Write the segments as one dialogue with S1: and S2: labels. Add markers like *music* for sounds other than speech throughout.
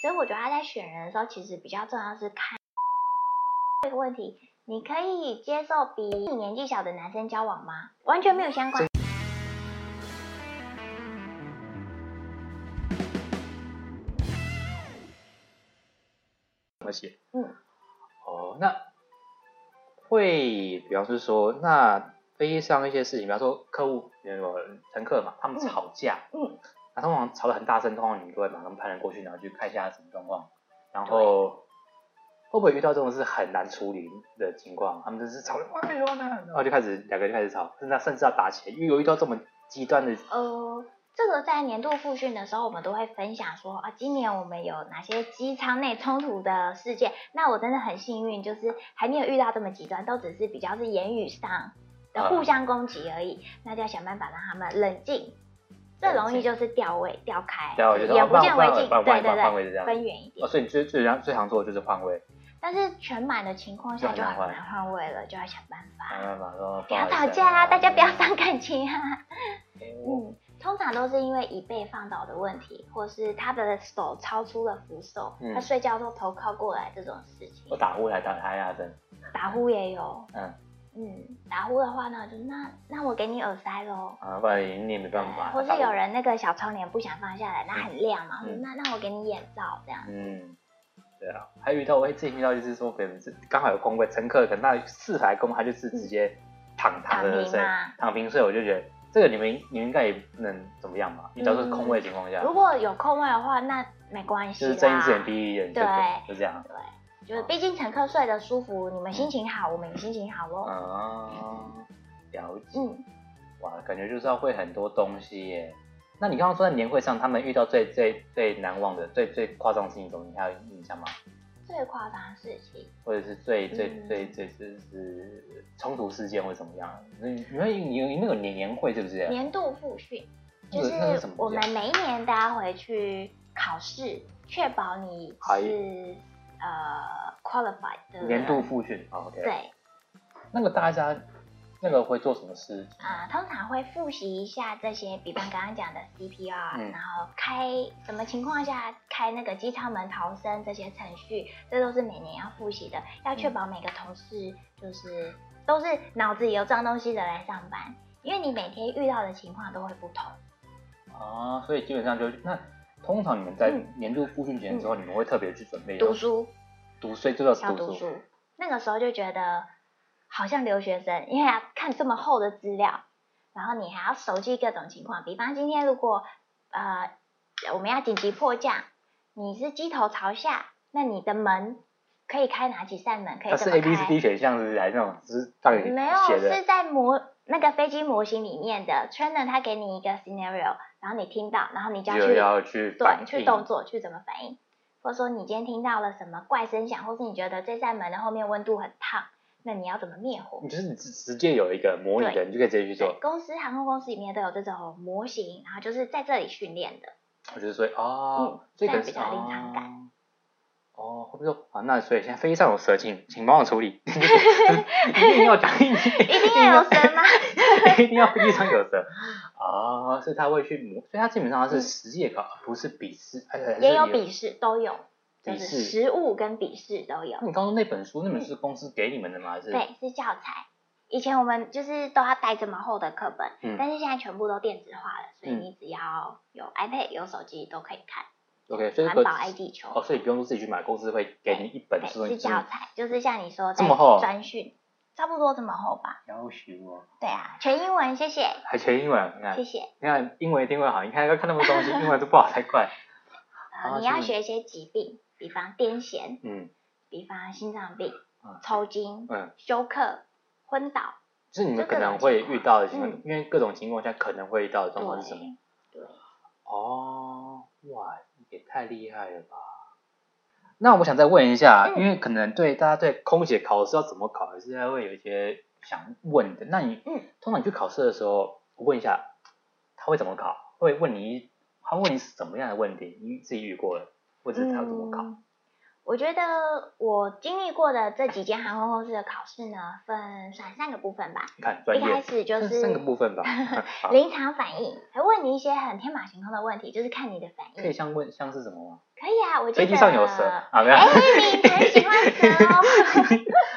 S1: 所以我觉得他在选人的时候，其实比较重要是看这个问题，你可以接受比你年纪小的男生交往吗？完全没有相关。
S2: 怎么写？
S1: 嗯，
S2: 哦，那会，比方是说，那悲伤一些事情，比方说客户、那个乘客嘛，他们
S1: 嗯
S2: 吵架，
S1: 嗯，
S2: 那、通常吵得很大声，通常你都会马上派人过去，然后去看一下什么状况，然后会不会遇到这种是很难处理的情况？他们就是吵得，哎呦那，然后就开始两个就开始吵，甚至甚至要打起来，因为有遇到这么极端的，
S1: 呃，这个在年度复训的时候，我们都会分享说啊，今年我们有哪些机舱内冲突的事件。那我真的很幸运，就是还没有遇到这么极端，都只是比较是言语上
S2: 嗯
S1: 的互相攻击而已。那就要想办法让他们冷静，这容易就是掉位、掉开，
S2: 对啊我觉得
S1: 眼
S2: 哦
S1: 不见为
S2: 换
S1: 净。
S2: 换换
S1: 对
S2: 换换位
S1: 对
S2: 是这样
S1: 对，分远一点
S2: 哦，。所以你最最常最常做的就是换位，
S1: 但是全满的情况下
S2: 就
S1: 就
S2: 很
S1: 很
S2: 难
S1: 难换位了，就要想办法。
S2: 慢慢慢慢
S1: 不要吵架啊，大家不
S2: 嗯
S1: 要伤感情啊。 *laughs* 嗯，通常都是因为椅背放倒的问题，或是他的手超出了扶手，
S2: 嗯
S1: 他睡觉的时候头靠过来这种事情
S2: 我。打呼来打他一下针，
S1: 打呼也有，
S2: 嗯
S1: 嗯，打呼的话呢，就那那我给你耳塞喽。
S2: 啊，不然你也没办法。
S1: 或
S2: 打
S1: 哎是
S2: 呼
S1: 有，人那个小窗帘不想放下来，那很亮嘛，
S2: 嗯
S1: 说那那我给你眼罩这样。
S2: 嗯，对啊，还遇到我之前遇到就是说，可能是刚好有空位，乘客可能那四排空，他就是直接躺躺
S1: 躺
S2: 着
S1: 平
S2: 睡，
S1: 嘛，
S2: 躺平睡，我就觉得这个你们你们应该也不能怎么样吧？遇到是空位的情况下，
S1: 如果有空位的话，那没关系
S2: 就
S1: 啦。
S2: 是睁一只眼闭一眼，就
S1: 对
S2: 就这样。
S1: 就是毕竟乘客睡得舒服，你们心情好，我们也心情好咯。
S2: 啊，了解。
S1: 嗯，
S2: 哇，感觉就是要会很多东西耶。那你刚刚说在年会上，他们遇到最最最难忘的、最最夸张的事情，总你还有印象吗？
S1: 最夸张的事情，
S2: 或者是最最
S1: 嗯
S2: 最最就是冲突事件或怎么样？你你会你你们有年年会是不是？
S1: 年度复训
S2: 那
S1: 就
S2: 个那个
S1: 是
S2: 怎么
S1: 我们
S2: 讲
S1: 每一年都要回去考试，确保你
S2: 哎
S1: 是呃 qualified 的人
S2: 年度复训哦，OK。
S1: 对
S2: 那个大家那个会做什么事？
S1: 啊、通常会复习一下这些，比方刚刚讲的 CPR，、
S2: 嗯
S1: 然后开什么情况下开那个机舱门逃生这些程序，这都是每年要复习的，要确保每个同事就是都是脑子里有脏东西的来上班，因为你每天遇到的情况都会不同。
S2: 啊，所以基本上就那通常你们在
S1: 嗯
S2: 年度复训前之后，你们会特别去准备
S1: 读书，
S2: 读，所以这个
S1: 要
S2: 读
S1: 读书，那个时候就觉得好像留学生，因为要看这么厚的资料，然后你还要熟悉各种情况。比方今天如果呃我们要紧急迫降，你是机头朝下，那你的门可以开哪几扇门？可以
S2: 它
S1: 怎
S2: 是
S1: 么
S2: A B C
S1: 开？嗯
S2: D 选项是不是还是那种只是让你
S1: 没
S2: 写
S1: 有，
S2: 的
S1: 是在模那个飞机模型里面的 trainer 他给你一个 scenario，然后你听到，然后你就要
S2: 就
S1: 去
S2: 要去反
S1: 对，
S2: 应
S1: 去动作，去怎么反应，或者说你今天听到了什么怪声响，或是你觉得这扇门的后面温度很烫，那你要怎么灭火？
S2: 你就是你直直接有一个模拟的，
S1: 对
S2: 你就可以直接去
S1: 对
S2: 做。，
S1: 公司航空公司里面都有这种模型，然后就是在这里训练
S2: *laughs*
S1: 的。
S2: 我就是说，哦，
S1: 嗯
S2: 这个
S1: 这样比较临场感
S2: 哦，会不会说啊？那所以现在飞机上有蛇，请请帮我处理。 *laughs* 一定要讲，
S1: 一
S2: 一定
S1: 定要有
S2: *laughs*
S1: 神吗？
S2: 一定要飞机上有蛇啊！所以他会去模，所以他基本上是
S1: 嗯
S2: 实业考，不是笔试，哎还是
S1: 也有笔试，都有，就
S2: 笔
S1: 是
S2: 试。嗯
S1: 实物跟笔试都有
S2: 那。你刚刚那本书，那本书是公司给你们的吗？还是？
S1: 嗯对，是教材。以前我们就是都要带这么厚的课本，
S2: 嗯
S1: 但是现在全部都电子化了，所以
S2: 嗯
S1: 你只要有 iPad、有手机都可以看，
S2: OK，所以这
S1: 环
S2: 个
S1: 保爱地球。
S2: 哦，所以不用自己去买，公司会给你一本
S1: 对，
S2: 书，
S1: 是教材，就是像你说的
S2: 这么厚
S1: 专训，差不多这么厚吧？
S2: 要学哦，
S1: 对啊，全英文，谢谢，
S2: 还全英文，你看
S1: 谢，谢。
S2: 你看英文一定会好，你看要看那么多东西，英文都不好才怪。啊
S1: 呃，你
S2: 这
S1: 要
S2: 么
S1: 学一些疾病，比方癫痫，
S2: 嗯
S1: 比方心脏病
S2: 啊、
S1: 抽筋、
S2: 嗯，
S1: 休克、昏倒，
S2: 就是你们
S1: 就
S2: 可
S1: 各
S2: 能
S1: 种
S2: 会
S1: 情况
S2: 遇到的情况，
S1: 嗯
S2: 因为各种情况下可能会遇到的
S1: 对
S2: 状况是什么？
S1: 对，
S2: 哦，哇，也太厉害了吧！那我想再问一下，
S1: 嗯
S2: 因为可能对大家对空姐考试要怎么考，还是会有一些想问的。那你，
S1: 嗯，
S2: 通常你去考试的时候，我问一下，他会怎么考？会问你，他问你是怎么样的问题？你自己遇过了，或者他要怎么考？
S1: 嗯我觉得我经历过的这几间航空公司的考试呢，分算三个部分吧。
S2: 你看专
S1: 一开
S2: 业，
S1: 始就
S2: 这
S1: 是
S2: 三个
S1: *laughs*
S2: 部分吧。好
S1: 临场反应，还问你一些很天马行空的问题，就是看你的反
S2: 可以
S1: 应。
S2: 像问像是什么吗？
S1: 可可以啊，我记得
S2: 飞机上有蛇 *laughs* 啊，没有
S1: 哎、，你很喜欢蛇哦。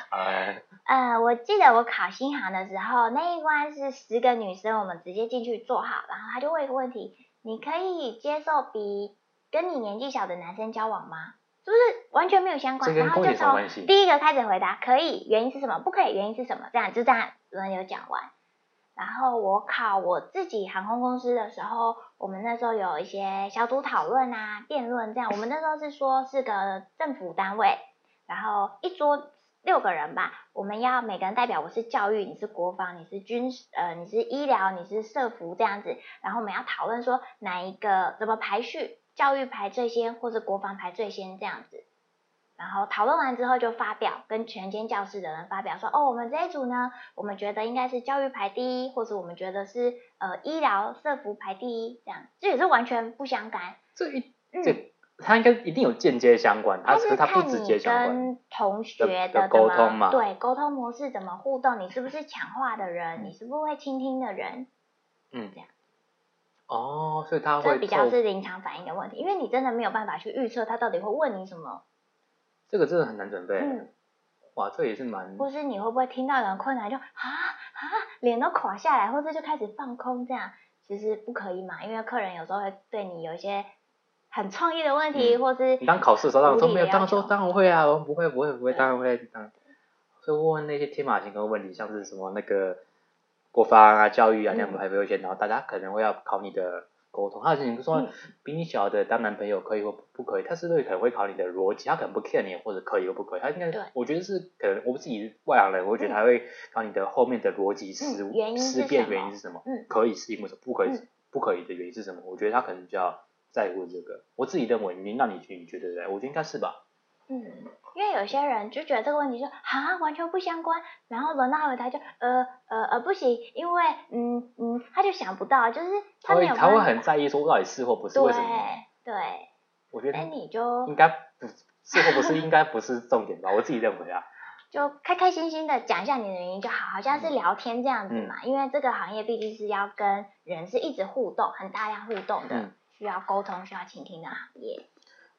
S2: 哎，
S1: 呃，我记得我考新航的时候，那一关是十个女生，我们直接进去坐好，然后他就问一个问题：你可以接受比跟你年纪小的男生交往吗？是不是完全没有相
S2: 这
S1: 关？
S2: 跟
S1: 然后
S2: 公
S1: 就
S2: 有什么
S1: 从
S2: 关系？
S1: 第一个开始回答可以，原因是什么？不可以，原因是什么？这样就这样轮流讲完。然后我考我自己航空公司的时候，我们那时候有一些小组讨论啊、辩论这样。我们那时候是说是个政府单位，然后一桌六个人吧，我们要每个人代表，我是教育，你是国防，你是军事，呃，你是医疗，你是社服这样子，然后我们要讨论说哪一个怎么排序，教育排最先，或者国防排最先这样子。然后讨论完之后就发表，跟全间教室的人发表说，哦，我们这一组呢，我们觉得应该是教育排第一，或者我们觉得是呃医疗社服排第一，这样这也是完全不相干。
S2: 这一
S1: 嗯，
S2: 这它应该一定有间接相关，它
S1: 但
S2: 啊只是
S1: 是
S2: 它
S1: 看
S2: 不
S1: 你
S2: 直接相关。
S1: 跟同学的
S2: 的的沟
S1: 怎么
S2: 通嘛
S1: 对沟通模式怎么互动？你是不是抢话的人？你是不是会倾听的人？
S2: 嗯
S1: 这样，
S2: 哦，所以它
S1: 这
S2: 会
S1: 比较
S2: 透
S1: 是临场反应的问题，因为你真的没有办法去预测他到底会问你什么，
S2: 这个真的很难准备。
S1: 嗯，
S2: 哇，这也是蛮
S1: 或是你会不会听到有人困难就啊啊脸都垮下来，或者就开始放空这样，其实不可以嘛，因为客人有时候会对你有一些很创意的问题，
S2: 嗯
S1: 或是
S2: 你当考试的时候，当然说
S1: 无理
S2: 没
S1: 的
S2: 有，当
S1: 要
S2: 然
S1: 求
S2: 说当然会啊，我不会不会不会，
S1: 对
S2: 当然会当然。所以问问那些天马行空的问题，像是什么那个国防啊、教育啊，
S1: 嗯
S2: 那样排不优先，然后大家可能会要考你的沟通。他有些人说
S1: 嗯
S2: 比你小的当男朋友可以或不可以，他是不是可能会考你的逻辑？他可能不 care 你，或者可以或不可以。他应该
S1: 对，
S2: 我觉得是可能我们自己外行人，我会觉得他会考你的后面的逻辑思
S1: 嗯原因是
S2: 思辨
S1: 什么
S2: 原因是什么？
S1: 嗯
S2: 可以是因为什么？不可以
S1: 嗯
S2: 不可以的原因是什么？我觉得他可能比较在乎这个。我自己认为，你那你觉得你觉得嘞？我觉得应该是吧。
S1: 嗯，因为有些人就觉得这个问题就啊完全不相关，然后轮到他回答就呃呃呃不行，因为嗯嗯他就想不到，就是
S2: 他
S1: 没
S2: 会
S1: 有
S2: 他会
S1: 办法
S2: 很在意说到底是或不是，
S1: 对
S2: 为什么？嗯
S1: 对，
S2: 我觉得
S1: 那你就
S2: 应该不是或不是应该不是重点
S1: *laughs*
S2: 吧，我自己认为啊。
S1: 就开开心心的讲一下你的原因就好，好像是聊天这样子
S2: 嗯
S1: 嘛，因为这个行业毕竟是要跟人是一直互动，很大量互动的，
S2: 嗯
S1: 需要沟通、需要倾听的行业。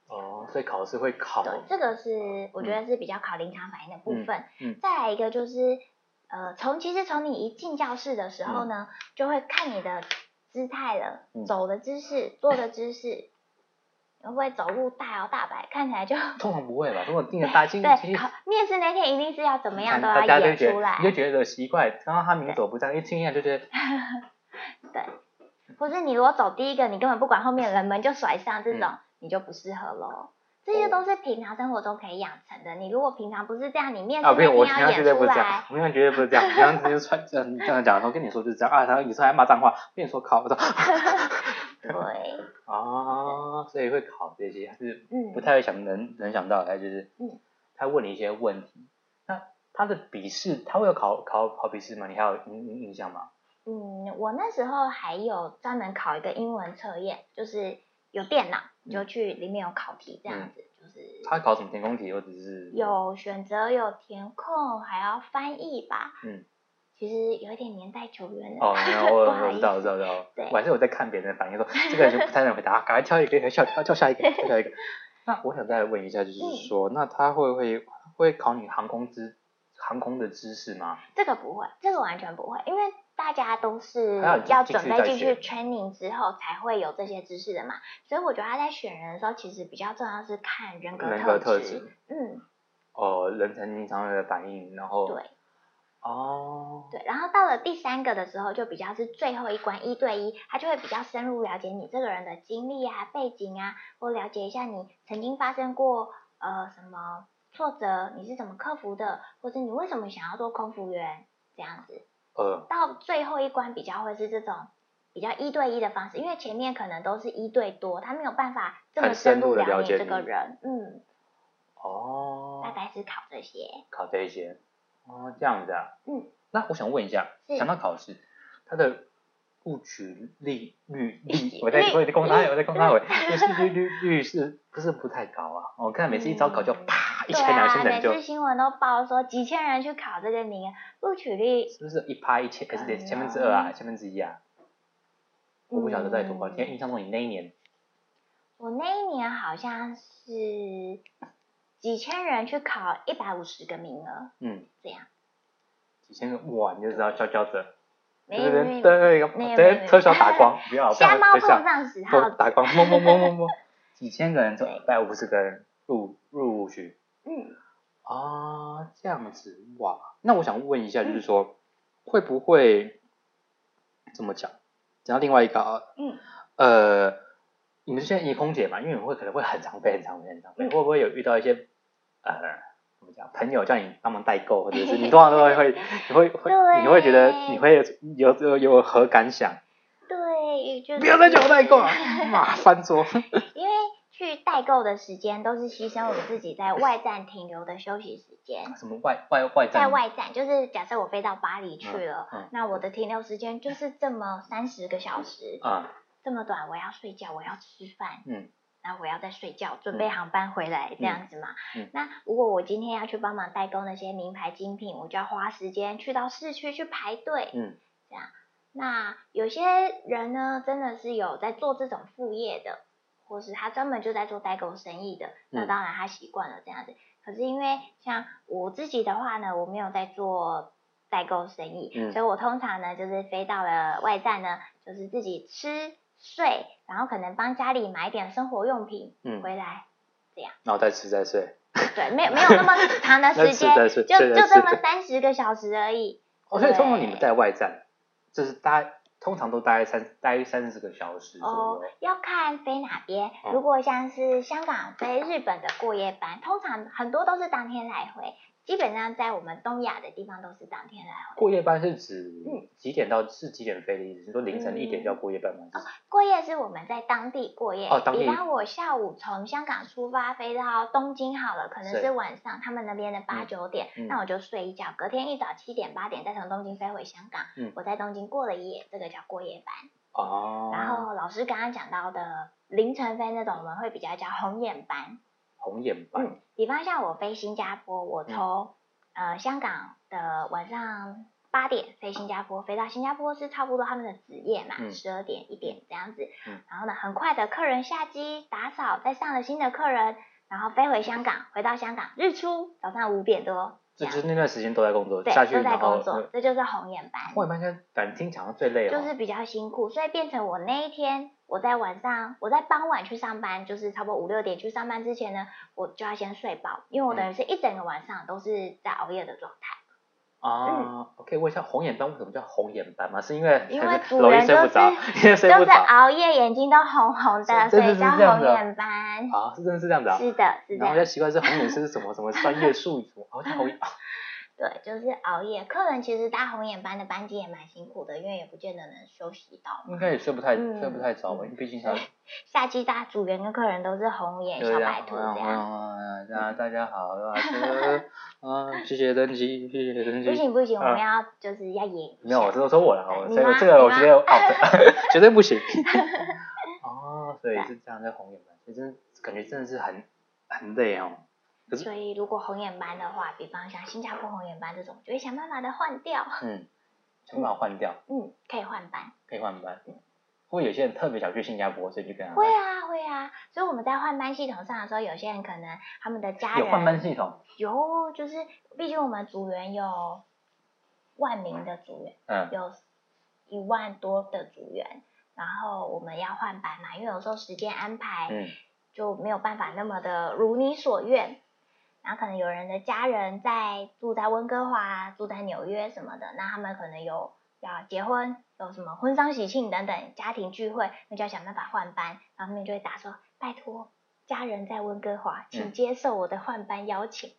S2: 哦，所以考试会考
S1: 对，这个是我觉得是比较考临场反应的部分。
S2: 哦嗯嗯
S1: 再来一个就是，呃，从其实从你一进教室的时候呢，就会看你的姿态了，
S2: 嗯
S1: 走的姿势、坐的姿势，会不会走路大摇大摆，看起来就
S2: 通常不会吧？如果定了大金，嗯其
S1: 对。
S2: 实
S1: 考面试那天一定是要怎么样
S2: 看
S1: 都
S2: 大家
S1: 要
S2: 就
S1: 演
S2: 觉
S1: 出
S2: 得
S1: 来
S2: 你，就觉得奇怪，刚刚他明走不这样，一听一下就觉得
S1: 或是你如果走第一个，你根本不管后面的
S2: *laughs*
S1: 人们就甩上这种，
S2: 嗯
S1: 你就不适合喽。这些
S2: 哦
S1: 都是平常生活中可以养成的。你如果平常不是这样，你面试
S2: 啊，
S1: 那
S2: 没有，
S1: 天
S2: 我平
S1: 要
S2: 常绝
S1: 演
S2: 对
S1: 出
S2: 不是这
S1: 来
S2: 样，，我平常绝对不是这样，我平常直接穿这样这样讲的时候跟你说就是这样啊，然后有时候还骂脏话，跟你说考不到。 *laughs*
S1: 对，
S2: 哦，所以会考这些，还是
S1: 嗯，
S2: 不太会想能能想到的，他就是
S1: 嗯，
S2: 他问你一些问题，那他的笔试，他会有考考考笔试吗？你还有印印印象吗？
S1: 嗯，我那时候还有专门考一个英文测验，就是有电脑你
S2: 嗯
S1: 就去里面有考题这样子，就是
S2: 他考什么填空题，或者是
S1: 有选择有填空，还要翻译吧。
S2: 嗯，
S1: 其实有一点年代久远了。
S2: 哦，没有，我
S1: 不好
S2: 我知道，
S1: 意思
S2: 我知道，我知道
S1: 对，
S2: 我还是我在看别人的反应，说这个人就不太能回答，赶快挑一个，跳跳跳下一个，跳下一个。那我想再问一下，就是
S1: 嗯
S2: 说，那他会会会考你航空知航空的知识吗？
S1: 这个不会，这个完全不会，因为大家都是
S2: 还有进
S1: 要
S2: 进
S1: 准
S2: 去
S1: 备
S2: 再
S1: 进
S2: 学
S1: 去 training 之后才会有这些知识的嘛。所以我觉得他在选人的时候，其实比较重要是看人格
S2: 人格特
S1: 质。
S2: 质，
S1: 嗯，
S2: 哦，人才临场的反应，然后
S1: 对。
S2: 哦，
S1: 对，然后到了第三个的时候，就比较是最后一关一对一，他就会比较深入了解你这个人的经历啊、背景啊，或了解一下你曾经发生过呃什么挫折，你是怎么克服的，或者你为什么想要做空服员这样子。
S2: 呃，
S1: 到最后一关比较会是这种比较一对一的方式，因为前面可能都是一对多，他没有办法这么
S2: 很深
S1: 深
S2: 入
S1: 入
S2: 地了
S1: 了
S2: 解
S1: 解这个
S2: 你
S1: 人。嗯，
S2: 哦，
S1: 大概是考这些。
S2: 考这一些。哦，这样子啊。
S1: 嗯。
S2: 那我想问一下，
S1: 是
S2: 讲到考试，它的录取率率率
S1: 率，
S2: 我在
S1: 率
S2: 我在公他
S1: 率
S2: 我在公他尾，就是率率率是不是不太高啊？我看每次一招考就
S1: 嗯
S2: 啪一
S1: 对
S2: 千两千
S1: 啊，每
S2: 人就，
S1: 次新闻都报说几千人去考这个名额，录取率
S2: 是不是一趴一千还是得
S1: 可
S2: 千分之二啊，
S1: 能
S2: 千分之一啊？我不晓得在多少，
S1: 嗯
S2: 因为印象中你那一年
S1: 我那一年好像是几千人去考一百五十个名额，
S2: 嗯，
S1: 这样。
S2: 几千个哇，你就知道佼佼者，
S1: 没
S2: 对
S1: 有没
S2: 对
S1: 有
S2: 对，
S1: 没有
S2: 直
S1: 没
S2: 接
S1: 有
S2: 车小打光，不要，不
S1: 瞎
S2: 然
S1: 猫
S2: 我
S1: 碰
S2: 车小
S1: 上死耗
S2: 都
S1: 子。
S2: 打光，摸摸摸摸摸， *laughs* 几千个人，从一百五十个人入入伍去
S1: 嗯，
S2: 啊，这样子哇。那我想问一下，就是说、会不会怎么讲？讲到另外一个啊，
S1: 嗯，
S2: 呃，你们现在以空姐嘛，因为你们会可能会很常飞、很常飞、很常飞，
S1: 嗯
S2: 会不会有遇到一些呃怎么讲，朋友叫你帮忙代购，或者 *laughs* 是你通常都会会你会会
S1: 对
S2: 你会觉得你会有有有何感想？
S1: 对，就是
S2: 不要再叫我代购了，妈翻桌。
S1: 因为去代购的时间都是牺牲我们自己在外站停留的休息时间。
S2: 什么外外外
S1: 在
S2: 站？
S1: 外站，就是假设我飞到巴黎去了，
S2: 嗯嗯
S1: 那我的停留时间就是这么三十个小时，
S2: 啊，
S1: 这么短，我要睡觉，我要吃饭，
S2: 嗯，
S1: 然后我要再睡觉，准备航班回来、这样子嘛。
S2: 嗯
S1: 那如果我今天要去帮忙代购那些名牌精品，我就要花时间去到市区去排队，
S2: 嗯，
S1: 这样。那有些人呢，真的是有在做这种副业的，或是他专门就在做代购生意的，那
S2: 嗯
S1: 当然他习惯了这样子。可是因为像我自己的话呢，我没有在做代购生意，
S2: 嗯
S1: 所以我通常呢就是飞到了外站呢，就是自己吃睡，然后可能帮家里买点生活用品
S2: 嗯，
S1: 回来。
S2: 然后再吃再睡。
S1: 对，没有没有
S2: *laughs*
S1: 那么长的时
S2: 那
S1: 间，
S2: 是
S1: 就
S2: 的是
S1: 就
S2: 是的
S1: 这
S2: 是
S1: 么
S2: 的
S1: 三十个小时而已。
S2: *laughs* 哦，所以
S1: 对
S2: 通常你们在外站，就是待通常都待三待三十个小时左
S1: 哦
S2: 右。，
S1: 要看飞哪边。
S2: 哦
S1: 如果像是香港飞日本的过夜班，通常很多都是当天来回，基本上在我们东亚的地方都是当天来回。
S2: 过夜班是指
S1: 嗯
S2: 几点到是几点飞的意思？你说凌晨一点叫过夜班吗？
S1: 过夜是我们在当地过夜，
S2: 哦当地
S1: 比方我下午从香港出发飞到东京好了，可能
S2: 是
S1: 是晚上他们那边的八
S2: 嗯
S1: 九点，
S2: 嗯
S1: 那我就睡一觉，隔天一早七点八点再从东京飞回香港，
S2: 嗯
S1: 我在东京过了一夜，这个叫过夜班。
S2: 哦，
S1: 然后老师刚刚讲到的凌晨飞那种，我们会比较叫红眼班。
S2: 红眼班
S1: 嗯，比方像我飞新加坡，我
S2: 嗯
S1: 从、呃香港的晚上八点飞新加坡，飞到新加坡是差不多他们的子夜嘛，
S2: 嗯
S1: 十二、点一点这样子。
S2: 嗯
S1: 然后呢，很快的客人下机打扫，再上了新的客人，然后飞回香港，回到香港日出早上五点多，这
S2: 就
S1: 样
S2: 就是那段时间都在工作，
S1: 对
S2: 下去
S1: 都在
S2: 然后嗯
S1: 工作，这就是红眼班。
S2: 红眼班现在感觉听起来好像最累
S1: 就是
S2: 哦。
S1: 比较辛苦，所以变成我那一天，我在晚上，我在傍晚去上班，就是差不多五六点去上班之前呢，我就要先睡饱，因为我
S2: 嗯
S1: 等于是一整个晚上都是在熬夜的状态。
S2: 啊，我可以问一下红眼班为什么叫红眼班吗？是因为
S1: 嗯因为主
S2: 容易
S1: 人
S2: 睡
S1: 就
S2: 不着，因 *laughs* 为睡
S1: 就
S2: 不
S1: 是
S2: 着
S1: 熬夜，眼睛都红红的，
S2: 真
S1: 所
S2: 真的
S1: 以
S2: 是
S1: 叫
S2: 这样
S1: 红
S2: 子啊
S1: 眼斑。
S2: 啊，是真的是这样子啊。
S1: 是的，是
S2: 然后在
S1: 的，
S2: 奇怪是红眼是什么什么专
S1: *laughs*
S2: 业术语，好像红眼
S1: 对，就是熬夜。客人其实搭红眼班的班机也蛮辛苦的，因为也不见得能休息到嘛。
S2: 应该也睡不太、
S1: 嗯
S2: 睡不太着吧，因为毕竟他
S1: 下机搭组员跟客人都是红眼小白兔这样。
S2: 嗯，大大家好，老师，嗯，谢谢登机，谢谢登
S1: 不
S2: 机。
S1: 行不行，我们
S2: 嗯
S1: 要就是要演一
S2: 没有，
S1: 下
S2: 我这都说我
S1: 对
S2: 了，我
S1: 你
S2: 这个
S1: 妈
S2: 这个我
S1: 你妈
S2: 觉得我
S1: *laughs*
S2: out，绝对不行。哦，所以是这样在红眼班，所以真的感觉真的是很很累哦。可是
S1: 所以如果红眼班的话，比方像新加坡红眼班这种，就会想办法的换
S2: *laughs*
S1: 掉，
S2: 嗯，想办法换掉，
S1: 嗯，可以换班。
S2: 可以换班。会有些人特别想去新加坡，所以就跟他
S1: 会啊会啊，所以我们在换班系统上的时候，有些人可能他们的家人
S2: 有换班系统，
S1: 有就是毕竟我们组员有万名的组员，
S2: 嗯
S1: 有一万多的组员，然后我们要换班嘛，因为有时候时间安排
S2: 嗯
S1: 就没有办法那么的如你所愿。然后可能有人的家人在住在温哥华、住在纽约什么的，那他们可能有要结婚，有什么婚丧喜庆等等家庭聚会，那就要想办法换班。然后他们就会打说：“拜托，家人在温哥华，请
S2: 嗯
S1: 接受我的换班邀请。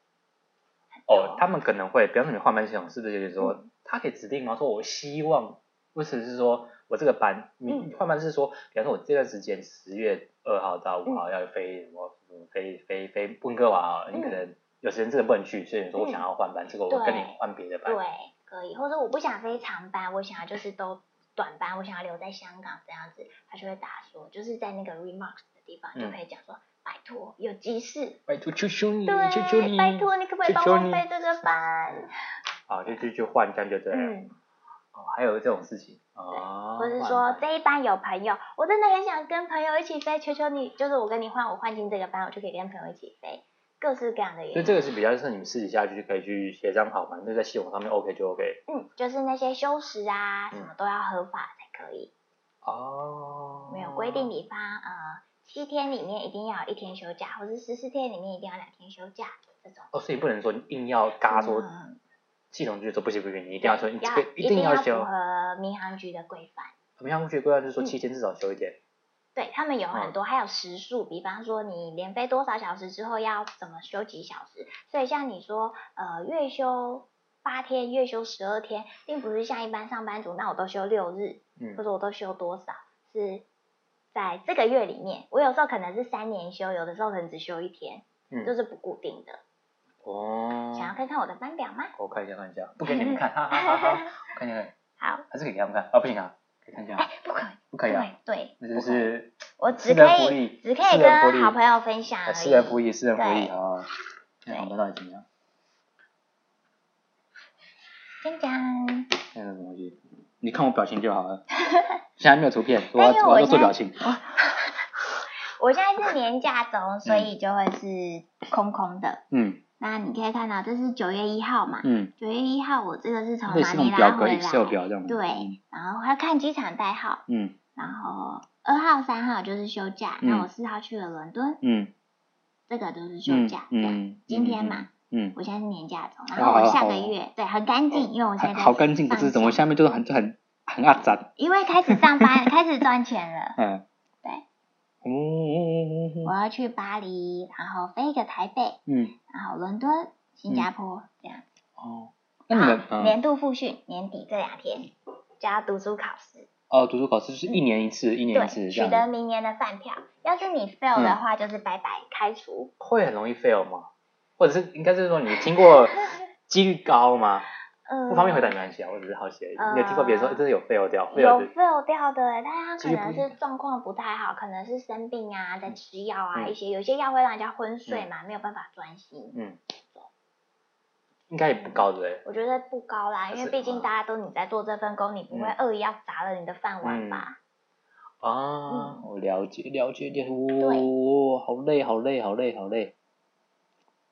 S2: 哦，他们可能会，比方说你换班系统，是不是就是说，他可以指定吗？说我希望，或者是说我这个班，
S1: 嗯
S2: 你换班是说，比方说我这段时间十月二号到五号要飞什么，什么飞飞飞温哥华哦，你可
S1: 嗯
S2: 能有时间真的不能去，所以你说我
S1: 嗯
S2: 想要换班，这个我跟你
S1: 对
S2: 换别的
S1: 对
S2: 班，，
S1: 可以。或者我不想飞长班，我想要就是都短班，我想要留在香港这样子，他就会打说，就是在那个 remarks 的地方、就
S2: 嗯
S1: 可以讲说，拜托，有急事，
S2: 拜托求求你，求求
S1: 对，
S2: 嗯你，
S1: 拜托你可不可以
S2: 求
S1: 帮
S2: 求
S1: 我
S2: 你
S1: 飞这个班？
S2: 啊，就就就换这样就对了。
S1: 嗯，
S2: 哦，还有这种事情哦，
S1: 或是
S2: 换
S1: 说
S2: 班
S1: 这一班有朋友，我真的很想跟朋友一起飞，求求你，就是我跟你换，我换进这个班，我就可以跟朋友一起飞，各式各样的原
S2: 所以
S1: 因。
S2: 这个是比较是你们私底下就是可以去协商好，反正在系统上面 OK 就 OK。
S1: 嗯，就是那些修饰啊，什
S2: 嗯
S1: 么都要合法才可以，
S2: 哦，
S1: 没有规定，比方呃七天里面一定要有一天休假，或是十四天里面一定要两天休假这种。
S2: 哦，所以不能说硬要嘎说
S1: 嗯
S2: 系统局说不行不行，你一定要说你这
S1: 要
S2: 个
S1: 一
S2: 定要
S1: 符
S2: 修。
S1: 合民航局的规范。
S2: 我们航空局规划就是说
S1: 嗯
S2: 七天至少休一点，
S1: 对他们有
S2: 嗯
S1: 很多，还有时数，比方说你连飞多少小时之后要怎么休几小时，所以像你说，呃，月休八天，月休十二天，并不是像一般上班族，那我都休六日，
S2: 嗯
S1: 或，者我都休多少，是在这个月里面，我有时候可能是三年休，有的时候可能只休一天，
S2: 嗯
S1: 就是不固定的。想要
S2: 哦，
S1: 看看我的班表吗？
S2: 我看一下看一下，不给你们看，哈哈哈哈，我看一下，
S1: *laughs* 好，
S2: 还是可以给他们看，哦，不行啊，可以看一
S1: 哎
S2: 下，，
S1: 不可以，
S2: 不可以啊，
S1: 对对，
S2: 那就
S1: 不可以
S2: 是呃
S1: 我只
S2: 私
S1: 可
S2: 人福
S1: 以
S2: 利，
S1: 只可以
S2: 私人福
S1: 跟
S2: 利
S1: 好朋友分享而
S2: 啊
S1: 已。
S2: 私人福利，私人福利
S1: 对
S2: 啊，那
S1: 对
S2: 我们到底怎么样？
S1: 讲讲。
S2: 那个什么东西？你看我表情就好
S1: *laughs*
S2: 了。现在没有图片，我
S1: 但因为
S2: 要我要
S1: 我现在
S2: 做表情。
S1: 我现在是年假中，所以就会是空空的。
S2: 嗯
S1: 那你可以看到，这是九月一号嘛？
S2: 嗯，
S1: 九月一号，我这个是从
S2: 类
S1: 哦马
S2: 似那
S1: 尼
S2: 种表
S1: 拉
S2: 格
S1: 回来，
S2: Excel 表这样子。
S1: 对，然后还要看机场代号，
S2: 嗯
S1: 然后二号、三号就是休假，
S2: 嗯
S1: 那我四号去了伦敦，
S2: 嗯
S1: 这个都是休
S2: 嗯
S1: 假。这样，
S2: 嗯，
S1: 今天嘛，
S2: 嗯，
S1: 我现在是年假中，然
S2: 好
S1: 后我
S2: 好
S1: 下
S2: 好
S1: 个月对很干净，因为我
S2: 嗯，
S1: 现
S2: 还
S1: 在
S2: 好干净，不
S1: 放
S2: 是怎么
S1: 假
S2: 下面就是很很很阿杂，
S1: 因为开始上班，开始赚钱了。
S2: 嗯，
S1: 对
S2: 嗯，
S1: 我要去巴黎，然后飞一个台北，
S2: 嗯
S1: 然后伦敦、新加坡、这样。
S2: 哦，那你们
S1: 好
S2: 嗯
S1: 年度复训年底这两天就要读书考试，
S2: 哦，读书考试就是一年一次，一年一次
S1: 对，
S2: 这
S1: 取
S2: 样
S1: 得
S2: 子，嗯
S1: 明年的饭票。要是你 fail 的话，就是拜拜开除。
S2: 会很容易 fail 吗？或者是应该是说你听
S1: *laughs*
S2: 过几率高吗？
S1: 嗯，
S2: 不方便回答没关系啊，我只是好奇而已。你有听过别人说
S1: 呃
S2: 欸真的有 fail 掉
S1: 有
S2: ，fail 的
S1: fail 掉的欸，但是
S2: 几
S1: 他可
S2: 率
S1: 能
S2: 不一
S1: 是状况不太好，可能是生病啊，在吃药啊，
S2: 嗯
S1: 一些有些药会让人家昏睡嘛，没有办法专心。
S2: 嗯，应该也不高对不对？
S1: 我觉得不高啦，
S2: 可
S1: 因为
S2: 是
S1: 毕竟
S2: 嗯
S1: 大家都你在做这份工，你不会
S2: 嗯
S1: 恶意要砸了你的饭碗吧？
S2: 啊，
S1: 嗯
S2: 我了解了解了解，哇，好累好累好累好累，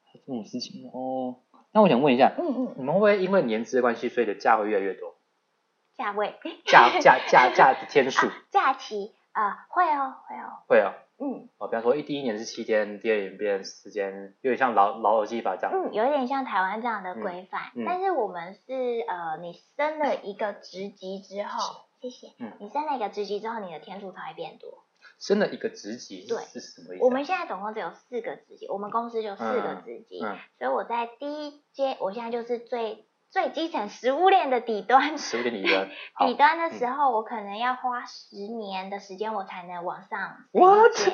S2: 还有这种事情哦。那我想问一下，
S1: 嗯嗯，
S2: 你们会不会因为年资的关系，所以你的假会越来越多？
S1: *laughs* 价位
S2: 假假假假的天数
S1: 假期啊，会哦会哦，
S2: 会哦。
S1: 嗯。
S2: 哦，比方说一第一年是七天，第二年变四天，有点像劳劳尔基法这样。
S1: 嗯，有点像台湾这样的规范，
S2: 嗯嗯
S1: 但是我们是呃，你升了一个职级之后，谢谢，
S2: 嗯
S1: 你升了一个职级之后，你的天数才会变多。
S2: 升了一个职级是
S1: 对
S2: 是什么意思啊？
S1: 我们现在总共只有四个职级，我们公司就四个职级，
S2: 嗯，
S1: 所以我在第一阶，我现在就是最最基层食物链的底端。
S2: 十五点一
S1: *laughs*
S2: 个，好嗯
S1: 底端的时候，我可能要花十年的时间，我才能往上升一
S2: What？ *laughs*
S1: 阶。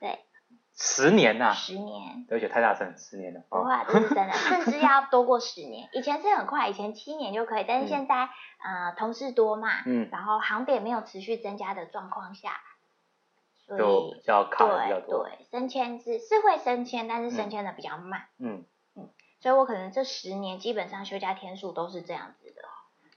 S1: 对，
S2: 十年呐，
S1: 十年。
S2: 对不起，太大声，十年了。
S1: 不
S2: 哦
S1: 会，这是真的，甚至要多过十年。以前是很快，以前七年就可以，但是
S2: 嗯
S1: 现在、呃同事多嘛，
S2: 嗯，
S1: 然后航点没有持续增加的状况下，所
S2: 就比
S1: 以
S2: 较卡的比较
S1: 对
S2: 多。
S1: 对升迁是是会升迁，但是
S2: 嗯
S1: 升迁的比较慢，
S2: 嗯，
S1: 所以我可能这十年基本上休假天数都是这样子的。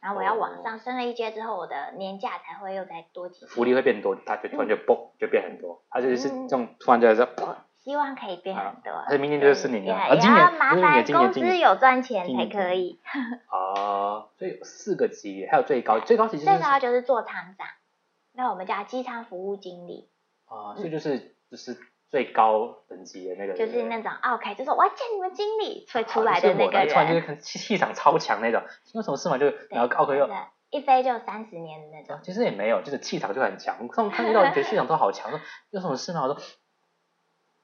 S1: 然后我要
S2: 哦
S1: 往上升了一阶之后，我的年假才会又再多几天
S2: 福利会变多，它就突然就嘣就变很多，它就是
S1: 嗯
S2: 这种突然就在砰，
S1: 希望可以变很多。
S2: 它啊明年就是你的，
S1: 对
S2: 啊，
S1: 也
S2: 今
S1: 要
S2: 年
S1: 麻
S2: 不是你的
S1: 烦
S2: 今年
S1: 公
S2: 今
S1: 司
S2: 年
S1: 有赚钱
S2: 今
S1: 才
S2: 年今
S1: 可
S2: 年
S1: 以。
S2: 哦，所以有四个级，还有最高最高级就是
S1: 最高就是做厂长，那我们叫机舱服务经理，
S2: 啊，所以就是就是最高等级的那个，
S1: 嗯就是那种 OK，就说我要见你们经理，吹出来
S2: 的
S1: 的那个
S2: 突然哦就是
S1: 人，
S2: 可能气气场超强那种，有什么事嘛就然后奥克又啊
S1: 对一飞就三十年的那种。
S2: 其实也没有，就是气场就很强。
S1: *laughs*
S2: 我上次看遇到人觉得气场都好强，说有什么事吗？我说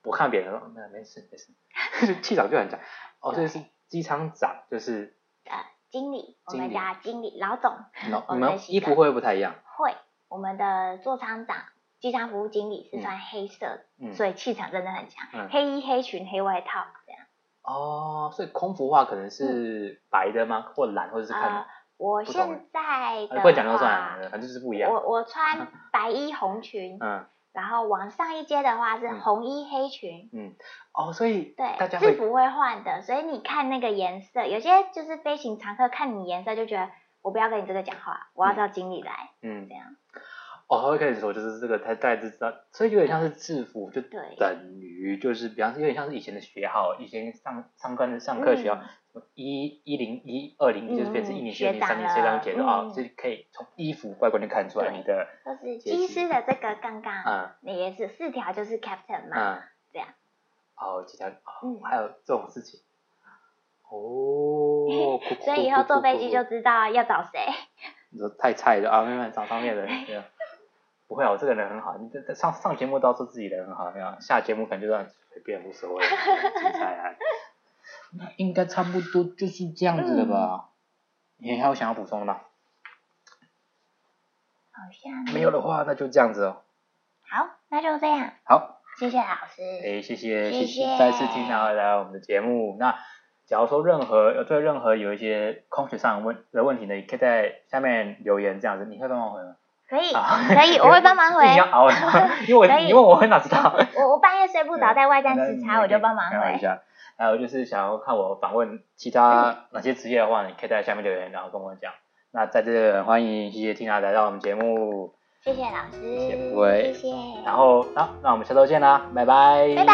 S2: 我看别人说没没事没事， *laughs* 就是气场就很强。哦，这是机舱长，就是
S1: 呃，经理，我
S2: 经
S1: 们
S2: 理
S1: 叫经理，老总
S2: 那
S1: 我
S2: 你
S1: 们
S2: 们
S1: 在洗
S2: 衣服会不会不太一样？
S1: 会，我们的座舱长。机舱服务经理是穿黑色的，
S2: 嗯，
S1: 所以气场真的很强，
S2: 嗯
S1: 黑衣、黑裙、黑外套这样。
S2: 哦，所以空服化可能
S1: 嗯
S2: 是白的吗？或蓝，或者是看
S1: 呃，我
S2: 不同
S1: 现在
S2: 呃
S1: 的
S2: 不会讲就算
S1: 话，
S2: 了，反正就是不一样。
S1: 我我
S2: *laughs*
S1: 穿白衣红裙，
S2: 嗯
S1: 然后往上一阶的话是
S2: 嗯
S1: 红衣黑裙，
S2: 嗯，哦，所以大
S1: 对，
S2: 家
S1: 制
S2: 会
S1: 服会换的，所以你看那个颜色，有些就是飞行常客看你颜色就觉得我不要跟你这个讲话，我要叫经理来。
S2: 嗯，
S1: 这样。
S2: 哦，他会跟你说，就是这个他大概知道，所以有点像是制服，就
S1: 对
S2: 等于就是，比方说有点像是以前的学号，以前上上课上课学号，
S1: 嗯
S2: 什么一一零一二零，就是变成
S1: 嗯
S2: 一年级、
S1: 学
S2: 二年级、三年
S1: 长
S2: 级、四
S1: 了
S2: 年级的啊
S1: 嗯，
S2: 这可以从衣服外观就看出来
S1: 对
S2: 你的，
S1: 就是
S2: 阶级
S1: 医师的这个杠杠，
S2: 嗯
S1: 你也是四条就是 captain 嘛，
S2: 嗯，
S1: 这样。
S2: 哦，其他哦
S1: 嗯，
S2: 还有这种事情，哦，酷酷
S1: *laughs* 所以以后
S2: 酷酷
S1: 坐飞
S2: 酷
S1: 机
S2: 酷
S1: 就知道要找谁。
S2: 你说太菜了啊，慢慢找上面的人这样。不会啊，我这个人很好，你这这上上节目倒是自己人很好，没有下节目可能就让你随便无所谓，精彩啊。 *laughs* 那应该差不多就是这样子了吧？你还有想要补充的吗？
S1: 好像
S2: 没有的话，那就这样子哦。
S1: 好，那就这样，
S2: 好，
S1: 谢谢老师。
S2: 哎，谢谢
S1: 谢谢
S2: 再次听到来我们的节目。那假如说任何对任何有一些空学上的问的问题呢，也可以在下面留言这样子，你会帮忙回吗？
S1: 可以，
S2: 啊
S1: 可以，我会帮忙回。
S2: 你要
S1: *laughs*
S2: 熬，因为
S1: 可
S2: 我
S1: 以
S2: 你问我会哪知
S1: *laughs*
S2: 道？
S1: 我我半夜睡不着，在外站
S2: 嗯那
S1: 视
S2: 你
S1: 察，
S2: 也
S1: 我
S2: 可
S1: 就
S2: 以
S1: 帮忙
S2: 开玩
S1: 回。嗯
S2: 笑。还有就是想要看我访问其他哪些职业的话，你可以在下面留言，然后跟我讲。那在这欢迎谢谢 Tina 来到我们节目，
S1: 谢谢老师，
S2: 谢不会
S1: 谢谢。
S2: 然后那那我们下周见啦，拜拜，
S1: 拜拜。